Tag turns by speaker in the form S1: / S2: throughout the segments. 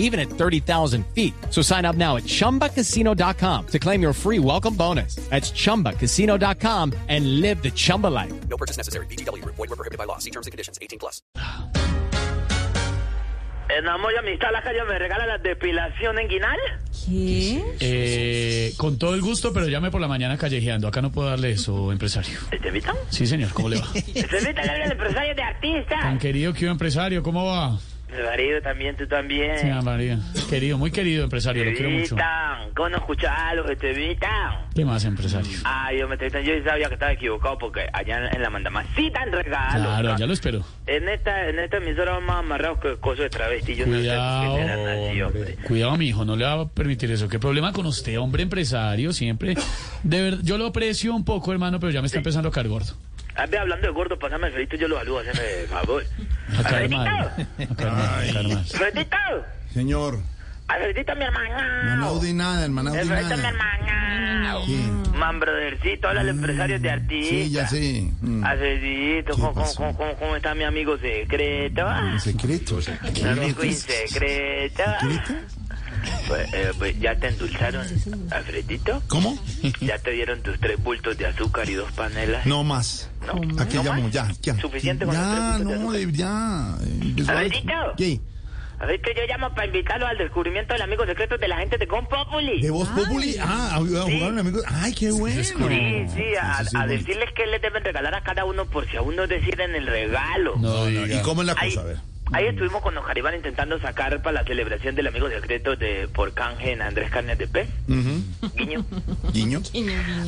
S1: even at 30,000 feet. So sign up now at ChumbaCasino.com to claim your free welcome bonus. That's ChumbaCasino.com and live the Chumba life.
S2: No purchase necessary. BGW. Void were prohibited by law. See terms and conditions. 18 plus.
S3: En Eh, amor y amistad, la calle me regala la depilación en Guinal.
S4: ¿Qué?
S5: Eh, con todo el gusto, pero llame por la mañana callejeando. Acá no puedo darle eso, empresario.
S3: ¿Te invitan?
S5: Sí, señor, ¿cómo le va?
S3: ¿Te invitan al empresario de
S5: Tan
S3: artistas?
S5: querido que un empresario, ¿cómo va?
S3: Mi marido también, tú
S5: Señora
S3: también.
S5: María. Querido, muy querido empresario,
S3: Te
S5: lo quiero mucho.
S3: invitan. ¿Cómo no escuchás algo que te invitan?
S5: ¿Qué más, empresario?
S3: Ay, yo me estoy yo sabía que estaba equivocado porque allá en, en la mandama sí dan regalos.
S5: Claro, ya lo espero.
S3: En esta, en esta emisora vamos más amarrados que cosas de travesti. Yo no
S5: Cuidado,
S3: sé por qué serán así, hombre.
S5: Cuidado, mi hijo, no le va a permitir eso. ¿Qué problema con usted, hombre empresario? Siempre. De verdad, yo lo aprecio un poco, hermano, pero ya me está empezando a caer gordo.
S3: A ver, Ah, hablando de gordo, pasame el felito, yo lo saludo, hazme favor.
S5: A caer mal. A caer mal, a caer mal.
S3: ¡Felitito!
S6: Señor,
S3: ¡Felitito, mi hermano!
S6: no audí nada, hermano, audí
S3: Alfredito, mi
S6: nada.
S3: hermano!
S6: Sí,
S3: Man, brothercito, habla el empresario de artistas.
S6: sí, ya sé. Mm,
S3: Alfredito,
S6: ¿Qué
S3: ¿cómo, cómo,
S6: pasó?
S3: cómo, cómo- cómo está mi amigo secreto? Ah,
S6: Secreto.
S3: Mi amigo secreto. Pues, eh, pues, ¿Ya te endulzaron, Alfredito?
S6: ¿Cómo?
S3: ¿Ya te dieron tus tres bultos de azúcar y dos panelas?
S6: No más.
S3: No.
S6: Aquí
S3: ¿No
S6: llamo,
S3: más?
S6: ya, ya.
S3: Suficiente con los
S6: Ya,
S3: tres puntos
S6: no,
S3: de
S6: de- ya. eh,
S3: Alfredito.
S6: ¿Qué?
S3: A ver, que yo llamo para invitarlo al descubrimiento del amigo secreto de la gente de Compopuli.
S6: ¿De Voz Populi? Ah, a jugar un amigo. Ay, qué bueno.
S3: Sí, sí, a,
S6: Sí, sí,
S3: a
S6: bueno.
S3: decirles que les deben regalar a cada uno por si a uno deciden el regalo.
S5: No,
S6: No, no, ¿Y
S5: diga.
S6: cómo es la
S3: Ahí,
S6: cosa? A ver.
S3: ahí estuvimos con Ojaribán intentando sacar para la celebración del amigo secreto de por canje en Andrés Carnes de Pez,
S6: Ujú.
S3: guiño.
S6: Guiño.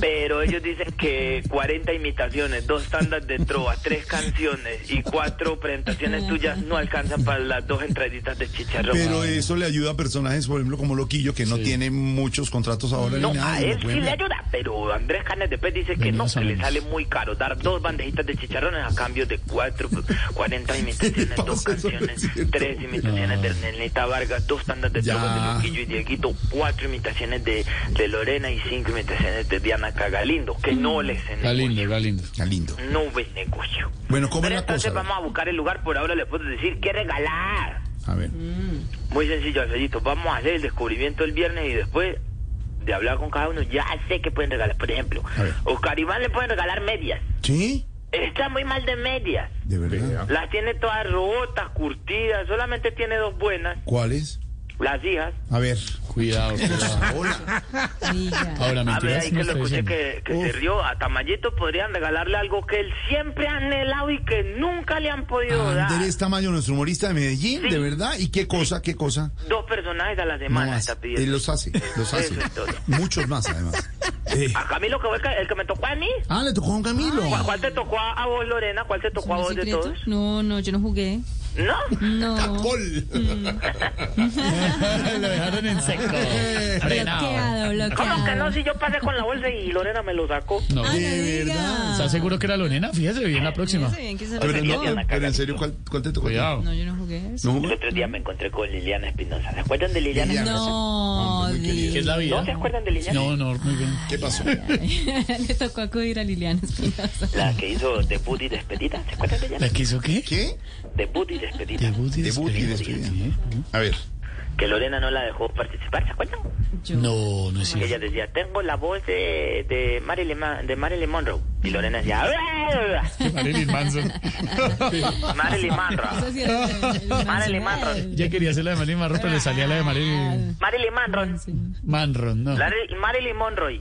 S3: Pero ellos dicen que 40 imitaciones, dos tandas de trova, tres canciones y cuatro presentaciones tuyas no alcanzan para las dos entraditas de chicharrón.
S6: Pero eso le ayuda a personajes, por ejemplo, como Loquillo, que no tiene muchos contratos ahora
S3: No,
S6: ni nada.
S3: a
S6: y lo
S3: él sí
S6: pueden
S3: le
S6: ver.
S3: ayuda, pero Andrés Carnes de Pez dice que
S5: Venga,
S3: no, que le
S5: Sanders.
S3: sale muy caro dar dos bandejitas de chicharrones a cambio de cuatro, 40
S6: ¿Qué
S3: imitaciones,
S6: le
S3: dos
S6: pasa? Eso no es
S3: canciones,
S6: cierto.
S3: tres imitaciones de Ernelita Vargas, dos tandas de
S6: Ah. Ya.
S3: Trovas de Loquillo y Dieguito, cuatro imitaciones de, de Lorena y cinco imitaciones de Diana Cagalindo, que no les
S5: Galindo, Galindo.
S6: Mm, Está lindo.
S3: no ve negocio.
S6: Bueno, ¿cómo
S3: Pero
S6: es la
S3: entonces
S6: cosa?
S3: vamos a buscar el lugar, por ahora les puedo decir qué regalar.
S6: A ver.
S3: Mm. Muy sencillo, Alfredito. Vamos a hacer el descubrimiento el viernes y después de hablar con cada uno, ya sé que pueden regalar. Por ejemplo,
S6: A ver.
S3: Oscar Iván le pueden regalar medias.
S6: ¿Sí?
S3: Está muy mal de medias.
S6: ¿De verdad?
S3: Las tiene todas rotas, curtidas. Solamente tiene dos buenas,
S6: ¿Cuál es?
S3: las hijas.
S6: A ver.
S5: Cuidado, cuidado.
S6: Hola.
S4: Diga.
S5: Ahora,
S6: Ah,
S3: A ver,
S5: mentiras,
S3: ahí
S5: no
S3: que lo
S5: estoy
S3: escuché que,
S5: diciendo.
S3: que se
S6: Uf.
S3: rió. A Tamayito podrían regalarle algo que él siempre ha anhelado y que nunca le han podido dar.
S6: Ah, Andrés Tamayo, nuestro humorista de Medellín, ¿de verdad? ¿Y qué cosa, qué cosa?
S3: Dos personajes a la
S6: No
S3: semana
S6: más.
S3: está pidiendo.
S6: Él los hace, los hace.
S3: Eso es todo.
S6: Muchos más, además. Eh,
S3: A Camilo, que fue el que- el que me tocó a mí.
S6: Ah, le tocó a un Camilo.
S3: ¿Cuál, cuál te tocó a a vos, Lorena? ¿Cuál te tocó a vos de
S4: ¿Secreto?
S3: todos?
S4: No, no, yo no jugué.
S3: ¿No?
S4: No.
S6: Gol.
S5: lo dejaron en seco. Frenado.
S4: Bloqueado,
S3: ¿Cómo que no?
S4: bloqueado.
S3: Si yo pasé con la bolsa y Lorena me lo sacó.
S5: No.
S4: Ah, no
S6: De
S4: diga.
S6: verdad.
S5: ¿Estás seguro que era Lorena? Fíjese bien la próxima.
S4: Fíjese bien que se lo
S6: Pero,
S4: saqué.
S6: no, pero en serio, ¿cuál, cuál te tocó?
S5: Cuidado.
S4: No, yo no jugué eso.
S6: No,
S3: El otro día me encontré con Liliana Espinosa. ¿Se acuerdan de Liliana?
S6: Liliana.
S4: No,
S6: Hombre, muy querido.
S5: ¿Qué es
S4: diga.
S5: la vida?
S3: ¿No se acuerdan de Liliana?
S5: No, no, muy bien.
S6: ¿Qué pasó?
S4: Le tocó acudir a Liliana Espinosa.
S3: La que hizo debut y despedida. ¿Se acuerdan de ella?
S5: ¿La quiso qué? Eh,
S6: ¿Qué?
S3: Debut y despedida.
S5: Debut y
S6: Debut y
S5: despedida.
S6: despedida. A ver.
S3: Que Lorena no la dejó participar. ¿Se acuerdan?
S4: Yo.
S5: No, no es
S3: Que
S5: cierto.
S3: ella decía, tengo la voz de, de, Marilyn, Ma- de Marilyn Monroe. Y Lorena decía, "Uah".
S5: Marilyn Manson.
S3: Marilyn Monroe.
S4: Eso sí era el- el
S3: Marilyn Monroe.
S5: Ella quería hacer la de Marilyn Manson, pero le salía la de Marilyn
S3: Marilyn Monroe.
S5: Manson, ¿no?
S3: Larry- Marilyn Monroe.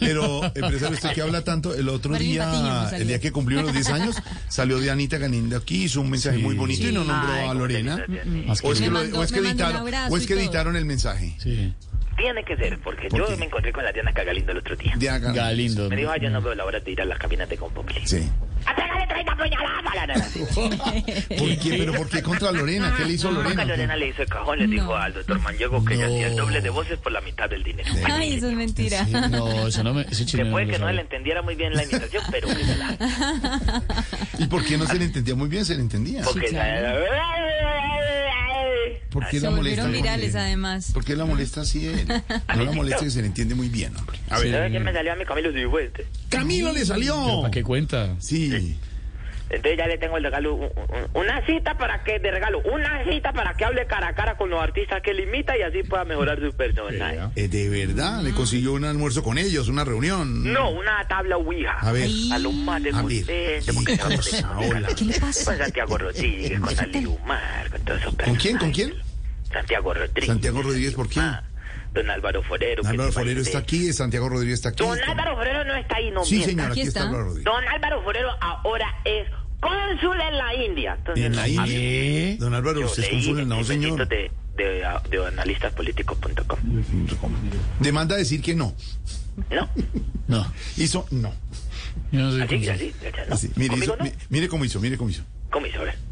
S6: Pero, empresario, usted que habla tanto, el otro
S4: Marilyn Patiño me
S6: día,
S4: salió.
S6: el día que cumplió los 10 años, salió Dianita Galindo aquí, hizo un mensaje
S5: Sí.
S6: muy bonito y no nombró
S3: Ay,
S6: a Lorena.
S3: contenida,
S5: Más
S6: O es que,
S5: que-
S6: lo-
S4: Me mandó-
S6: o es que
S4: me mandó un
S6: editaron,
S4: abrazo
S6: o es que
S4: y todo.
S6: editaron el mensaje.
S5: Sí.
S3: Tiene que ser, porque
S6: ¿Por
S3: yo
S6: qué?
S3: me encontré con la Diana Cagalindo el otro día.
S6: Diana Galindo.
S5: Galindo.
S3: Me dijo, ah, yo no veo la hora de ir a las cabinas de Compopli.
S6: Sí.
S3: ¡Apégale 30 puñaladas! a la nena!
S6: ¿Por qué? ¿Pero por qué contra Lorena? ¿Qué le hizo
S3: Nunca
S6: Lorena?
S3: Lorena le hizo el cajón, le dijo
S4: No.
S3: al doctor Maniego que ella
S6: No.
S3: hacía el doble de voces por la mitad del dinero.
S4: Ay, eso es mentira.
S5: No, eso no me.
S3: Que
S5: Ese chisme
S3: puede
S5: me
S3: que
S5: lo
S3: no le
S5: sabía.
S3: entendiera muy bien la imitación, pero que se la...
S6: ¿Y por qué no se le entendía muy bien? Se le entendía.
S3: Porque
S4: claro.
S3: se-
S6: ¿Por qué
S4: Se
S6: la molesta?
S4: volvieron
S6: Porque-
S4: virales, además.
S6: ¿Por qué la molesta así? él? No la molesta que se le entiende muy bien, hombre. A ver.
S3: ¿Sabes quién me salió a mi Camilo Cifuentes?
S6: ¡Camilo le
S5: Pero
S6: salió!
S5: ¿Para qué cuenta?
S6: Sí.
S3: Entonces ya le tengo el regalo, un- un- una cita para que, de regalo, una cita para que hable cara a cara con los artistas que limita y así pueda mejorar su personaje.
S6: Eh, de verdad, le consiguió un almuerzo con ellos, una reunión.
S3: No, una tabla Ouija.
S6: A ver.
S3: A los más de
S6: A ver.
S3: ustedes,
S6: Sí,
S3: porque no
S6: cosa,
S3: se-
S6: hola.
S4: ¿Qué le
S3: Con
S4: pasa?
S3: Santiago Rodríguez, con Aliu Mar, con todos esos
S6: ¿Con quién? ¿Con
S3: personajes.
S6: quién?
S3: Santiago Rodríguez.
S6: Santiago Rodríguez, ¿por quién?
S3: Ah, Don Álvaro Forero. que
S6: Álvaro
S3: se
S6: Forero
S3: parece-
S6: está aquí, Santiago Rodríguez está aquí.
S3: Don Álvaro Forero no está ahí, no
S6: Sí,
S3: mienta.
S6: señora,
S4: Aquí
S6: aquí está
S4: está.
S6: Álvaro Rodríguez.
S3: Don Álvaro Forero ahora es cónsul en la India. Entonces,
S6: En la India.
S5: ¿Qué?
S6: Don Álvaro,
S3: yo
S6: usted es
S3: leí
S6: cónsul,
S3: en
S6: no,
S3: el
S6: señor.
S3: sitio De, de, de analistaspolíticos.com.
S6: Demanda decir que no.
S3: No,
S5: No.
S6: Hizo no.
S5: Yo no soy
S3: así,
S5: cónsul.
S3: así, ya, no.
S6: Así, Mire,
S3: Conmigo no,
S6: hizo- mi- mire cómo hizo, mire cómo hizo.
S3: conmigo, a ver.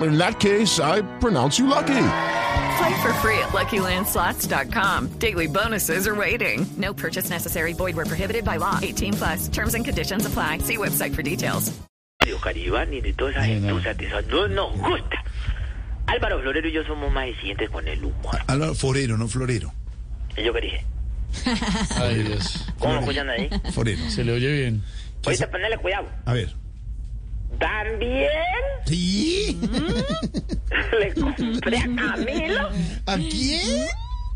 S7: In that case, I pronounce you lucky.
S8: Play for free at LuckyLandSlots.com. Daily bonuses are waiting. No purchase necessary. Void where prohibited by law. 18 plus. Terms and conditions apply. See website for details.
S3: de Oscar Iván y de todas esas
S5: Sí, no.
S3: gentusas de esas no nos gusta. Álvaro Florero y yo somos más exigentes con el humor.
S6: Álvaro Forero, no Florero.
S3: Y yo que dije,
S5: Ay, Dios.
S3: ¿cómo lo escuchan ahí? Pues
S6: Forero.
S5: Se le oye bien.
S3: Ahorita ponerle cuidado.
S6: A ver.
S3: También
S6: ¿Sí?
S3: le compré a Camilo
S6: ¿A quién?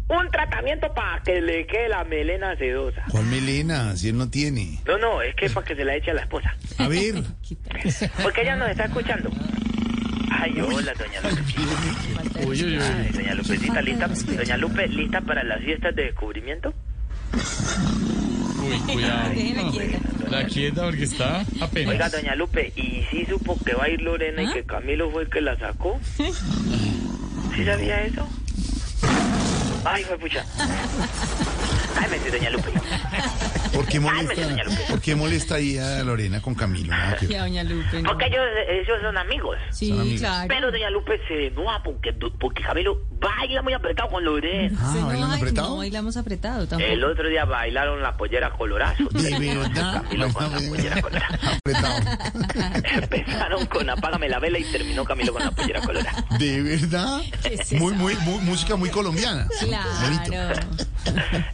S3: un tratamiento para que le quede la melena sedosa.
S6: ¿Cuál melena? Si él no tiene.
S3: No, no, es que para que se la eche a la esposa.
S6: A ver.
S3: Porque ella nos está escuchando. Ay, hola, doña Lupecita.
S5: Uy, uy, uy.
S3: Ay, doña Lupecita, ¿lista? Doña Lupe, ¿lista para las fiestas de descubrimiento?
S5: Uy, cuidado.
S4: Déjeme quieta.
S5: La quieta porque está apenas.
S3: Oiga, doña Lupe, ¿y sí supo que va a ir Lorena y que Camilo fue el que la sacó? ¿Sí sabía eso? Ay, fue pucha. Cálmese, doña Lupe.
S6: ¿Por qué
S3: Cálmese,
S6: molesta,
S3: doña Lupe.
S6: ¿por qué molesta ahí a Lorena con Camilo? Nada que
S4: Y a
S6: ver.
S4: doña Lupe. no.
S3: Porque ellos, ellos son amigos.
S6: Son
S4: Sí,
S6: amigos.
S4: claro.
S3: Pero doña Lupe se enoja porque, porque Camilo baila muy apretado con Lorena.
S6: Ah,
S4: Se- Pues no,
S6: ¿bailan
S4: ay,
S6: apretado?
S4: No bailamos apretado tampoco.
S3: El otro día bailaron la pollera colorazo.
S6: De verdad.
S3: Camilo con la pollera colorada.
S6: Apretado.
S3: Empezaron con Apágame la vela y terminó Camilo con la pollera colorada.
S6: De verdad.
S4: ¿Qué es
S6: Muy,
S4: eso?
S6: muy, muy- música muy colombiana. Bonito.
S4: Claro.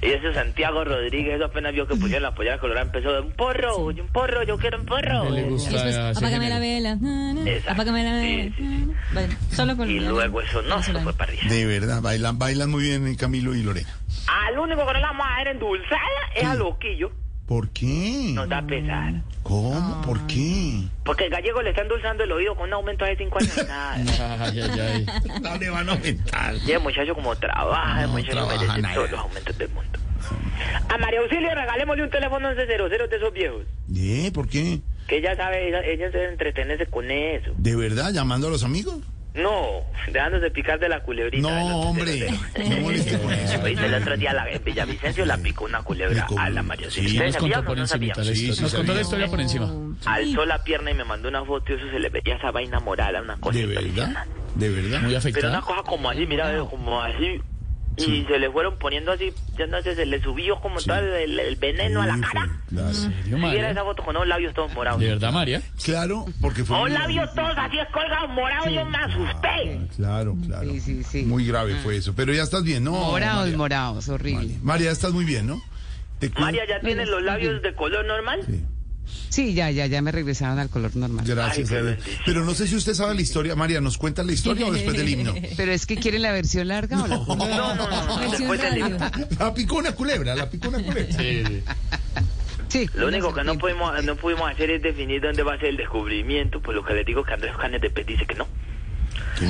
S3: Y ese Santiago Rodríguez, eso apenas vio que pusieron la pollera colorada, empezó de un porro, oye, un porro, yo quiero un porro.
S5: ¿Qué le gusta?
S4: Y después,
S5: Ah, sí,
S4: apágame
S5: genial.
S4: la vela. na, na,
S3: Exacto.
S4: Apágame la vela.
S3: Sí, sí,
S4: na, na. Vale, solo con
S3: Y luego eso no se fue para arriba.
S6: De verdad, bailan, bailan muy bien eh, Camilo y Lorena.
S3: Al Ah, único que no la vamos a dar endulzada es a Loquillo.
S6: ¿Por qué?
S3: Nos da pesar.
S6: ¿Cómo? ¿Por qué?
S3: Porque el gallego le está endulzando el oído con un aumento de 5 años. Nada.
S5: Ay, ay, ay.
S6: No le van a aumentar.
S3: Y el muchacho como trabaja, el
S6: No
S3: muchacho
S6: trabaja
S3: merece
S6: nada.
S3: todos los aumentos del mundo. A María Auxilio regalémosle un teléfono 1100 de esos viejos.
S6: ¿Eh? ¿Por qué?
S3: Que ella sabe, ella, ella se entretenerse con eso.
S6: ¿De verdad? ¿Llamando a los amigos?
S3: No, dejándose picar de la culebrita.
S6: No,
S3: de los
S6: hombre.
S3: terceros.
S6: No moleste con eso.
S3: Oíste, el otro día la, en Villavicencio la picó una
S6: Le
S3: culebra
S6: cobró.
S3: a la María Auxilio.
S6: Sí,
S3: ¿Ustedes
S5: Nos contó
S3: sabían o
S5: pues, por
S3: no
S5: encima
S3: sabían?
S5: la
S6: Sí,
S5: historia.
S6: sí,
S5: Nos contó la
S6: sabía.
S5: historia por encima.
S3: Alzó la pierna y me mandó una foto y eso se le veía esa vaina morada, una cosa.
S6: ¿De verdad?
S3: impresionante.
S6: ¿De verdad?
S5: Muy
S3: Pero una
S5: afectada.
S3: cosa como así, mira, veo, como así. Y se le fueron poniendo así, ya no sé, se le subió como tal el, el veneno a la cara.
S6: Claro.
S3: Y era
S5: Yo, María.
S3: esa foto con los labios todos morados.
S5: De verdad, María.
S6: Claro, porque fue.
S3: Los labios todos así colgados morados, yo me asusté.
S6: Claro, claro. Muy grave fue eso. Pero ya estás bien, ¿no? Morados, morados, horrible. María, María, estás muy bien, ¿no? Te cuido.
S3: María, ¿ya tiene los labios de color normal?
S9: Sí, ya, ya, ya me regresaron al color normal.
S6: Gracias.
S3: Ay, qué
S6: a ver.
S3: bendición.
S6: Pero no sé si usted sabe la historia. María, ¿nos cuenta la historia o después del himno?
S9: Pero es que quieren la versión larga o la
S3: No, no, no, no,
S4: Versión
S3: después del
S4: radio.
S3: himno.
S5: Eh,
S6: La picó una culebra, la picó una culebra.
S5: Sí, sí.
S3: Lo único que no pudimos, no pudimos hacer es definir dónde va a ser el descubrimiento, por lo que le digo que Andrés Canes de Pez dice que no.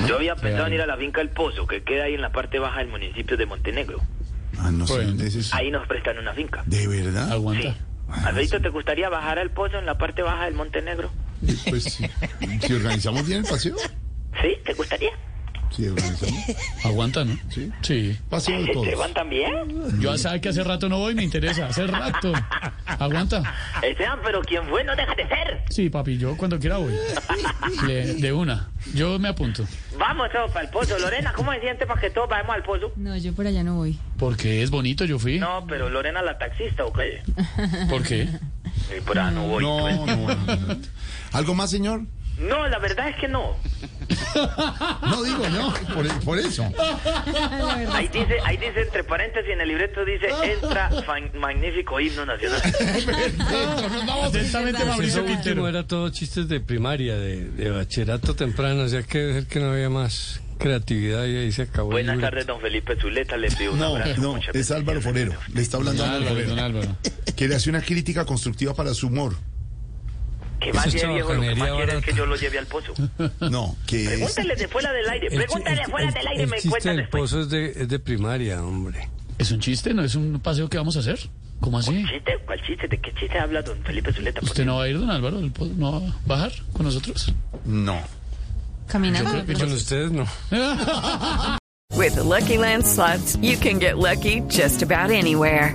S3: Yo había pensado en ir a la finca El Pozo, que queda ahí en la parte baja del municipio de Montenegro.
S6: Ah, no sé dónde es eso.
S3: Ahí nos prestan una finca.
S6: ¿De verdad?
S3: Aguanta. Alberto, ¿te gustaría bajar al pozo en la parte baja del Montenegro?
S6: Pues sí. Si organizamos bien el paseo.
S3: ¿Sí? ¿Te gustaría?
S6: Sí, organizamos.
S5: Aguanta, ¿no?
S6: Sí.
S5: Sí.
S6: Paseo de todos.
S3: ¿Esteban también?
S5: Yo ya sabe que hace rato no voy, me interesa. Hace rato. Aguanta.
S3: Esteban, pero quien fue no deja de ser.
S5: Sí, papi, yo cuando quiera voy. Le- de una. Yo me apunto.
S3: Vamos todos para el pozo. Lorena, ¿cómo se siente para que todos vayamos al pozo?
S4: No, yo por allá no voy.
S5: Porque es bonito, yo fui.
S3: No, pero Lorena la taxista, ¿o qué?
S5: ¿Por qué?
S3: Sí, por ahí no voy. pues.
S6: No, no, no. ¿Algo más, señor?
S3: No, la verdad es que no.
S6: No digo, no. Por, por eso.
S3: Ahí dice, ahí dice entre paréntesis en el libreto dice entra fan- magnífico himno nacional.
S5: Atentamente, Mauricio Quintero.
S10: era todo chistes de primaria, de, de bachillerato temprano, o sea que debe ser que no había más creatividad y ahí se acabó. el
S3: Buenas
S10: libreto.
S3: tardes, don Felipe Zuleta, le pido un
S6: No,
S3: abrazo.
S6: no,
S3: muchas
S6: es Álvaro Forero. Le está hablando a Álvaro
S5: Álvaro, don
S6: Forero.
S5: Álvaro.
S6: Que le hace una crítica constructiva para su humor.
S3: gracias. ¿Qué más
S10: Eso es
S3: quiere, viejo? Lo que más
S10: chabacanería
S3: quiere es
S10: barata.
S3: que yo lo lleve al pozo.
S6: No, que es.
S3: Pregúntale de fuera del aire,
S10: El chi-
S3: pregúntale
S10: el-
S3: fuera
S10: el-
S3: del aire y
S10: el
S3: me
S10: chiste
S3: cuentan
S10: del
S3: después.
S10: pozo es de, es de primaria, hombre.
S5: ¿Es un chiste? ¿No es un paseo que vamos a hacer? ¿Cómo así?
S3: ¿Chiste? ¿Cuál chiste? ¿De qué chiste habla don Felipe Zuleta?
S5: ¿Usted no va a ir, don Álvaro? ¿El pod- ¿No va a bajar con nosotros?
S6: No.
S4: Caminando.
S10: Con ustedes no.
S8: With the Lucky Land slots, you can get lucky just about anywhere.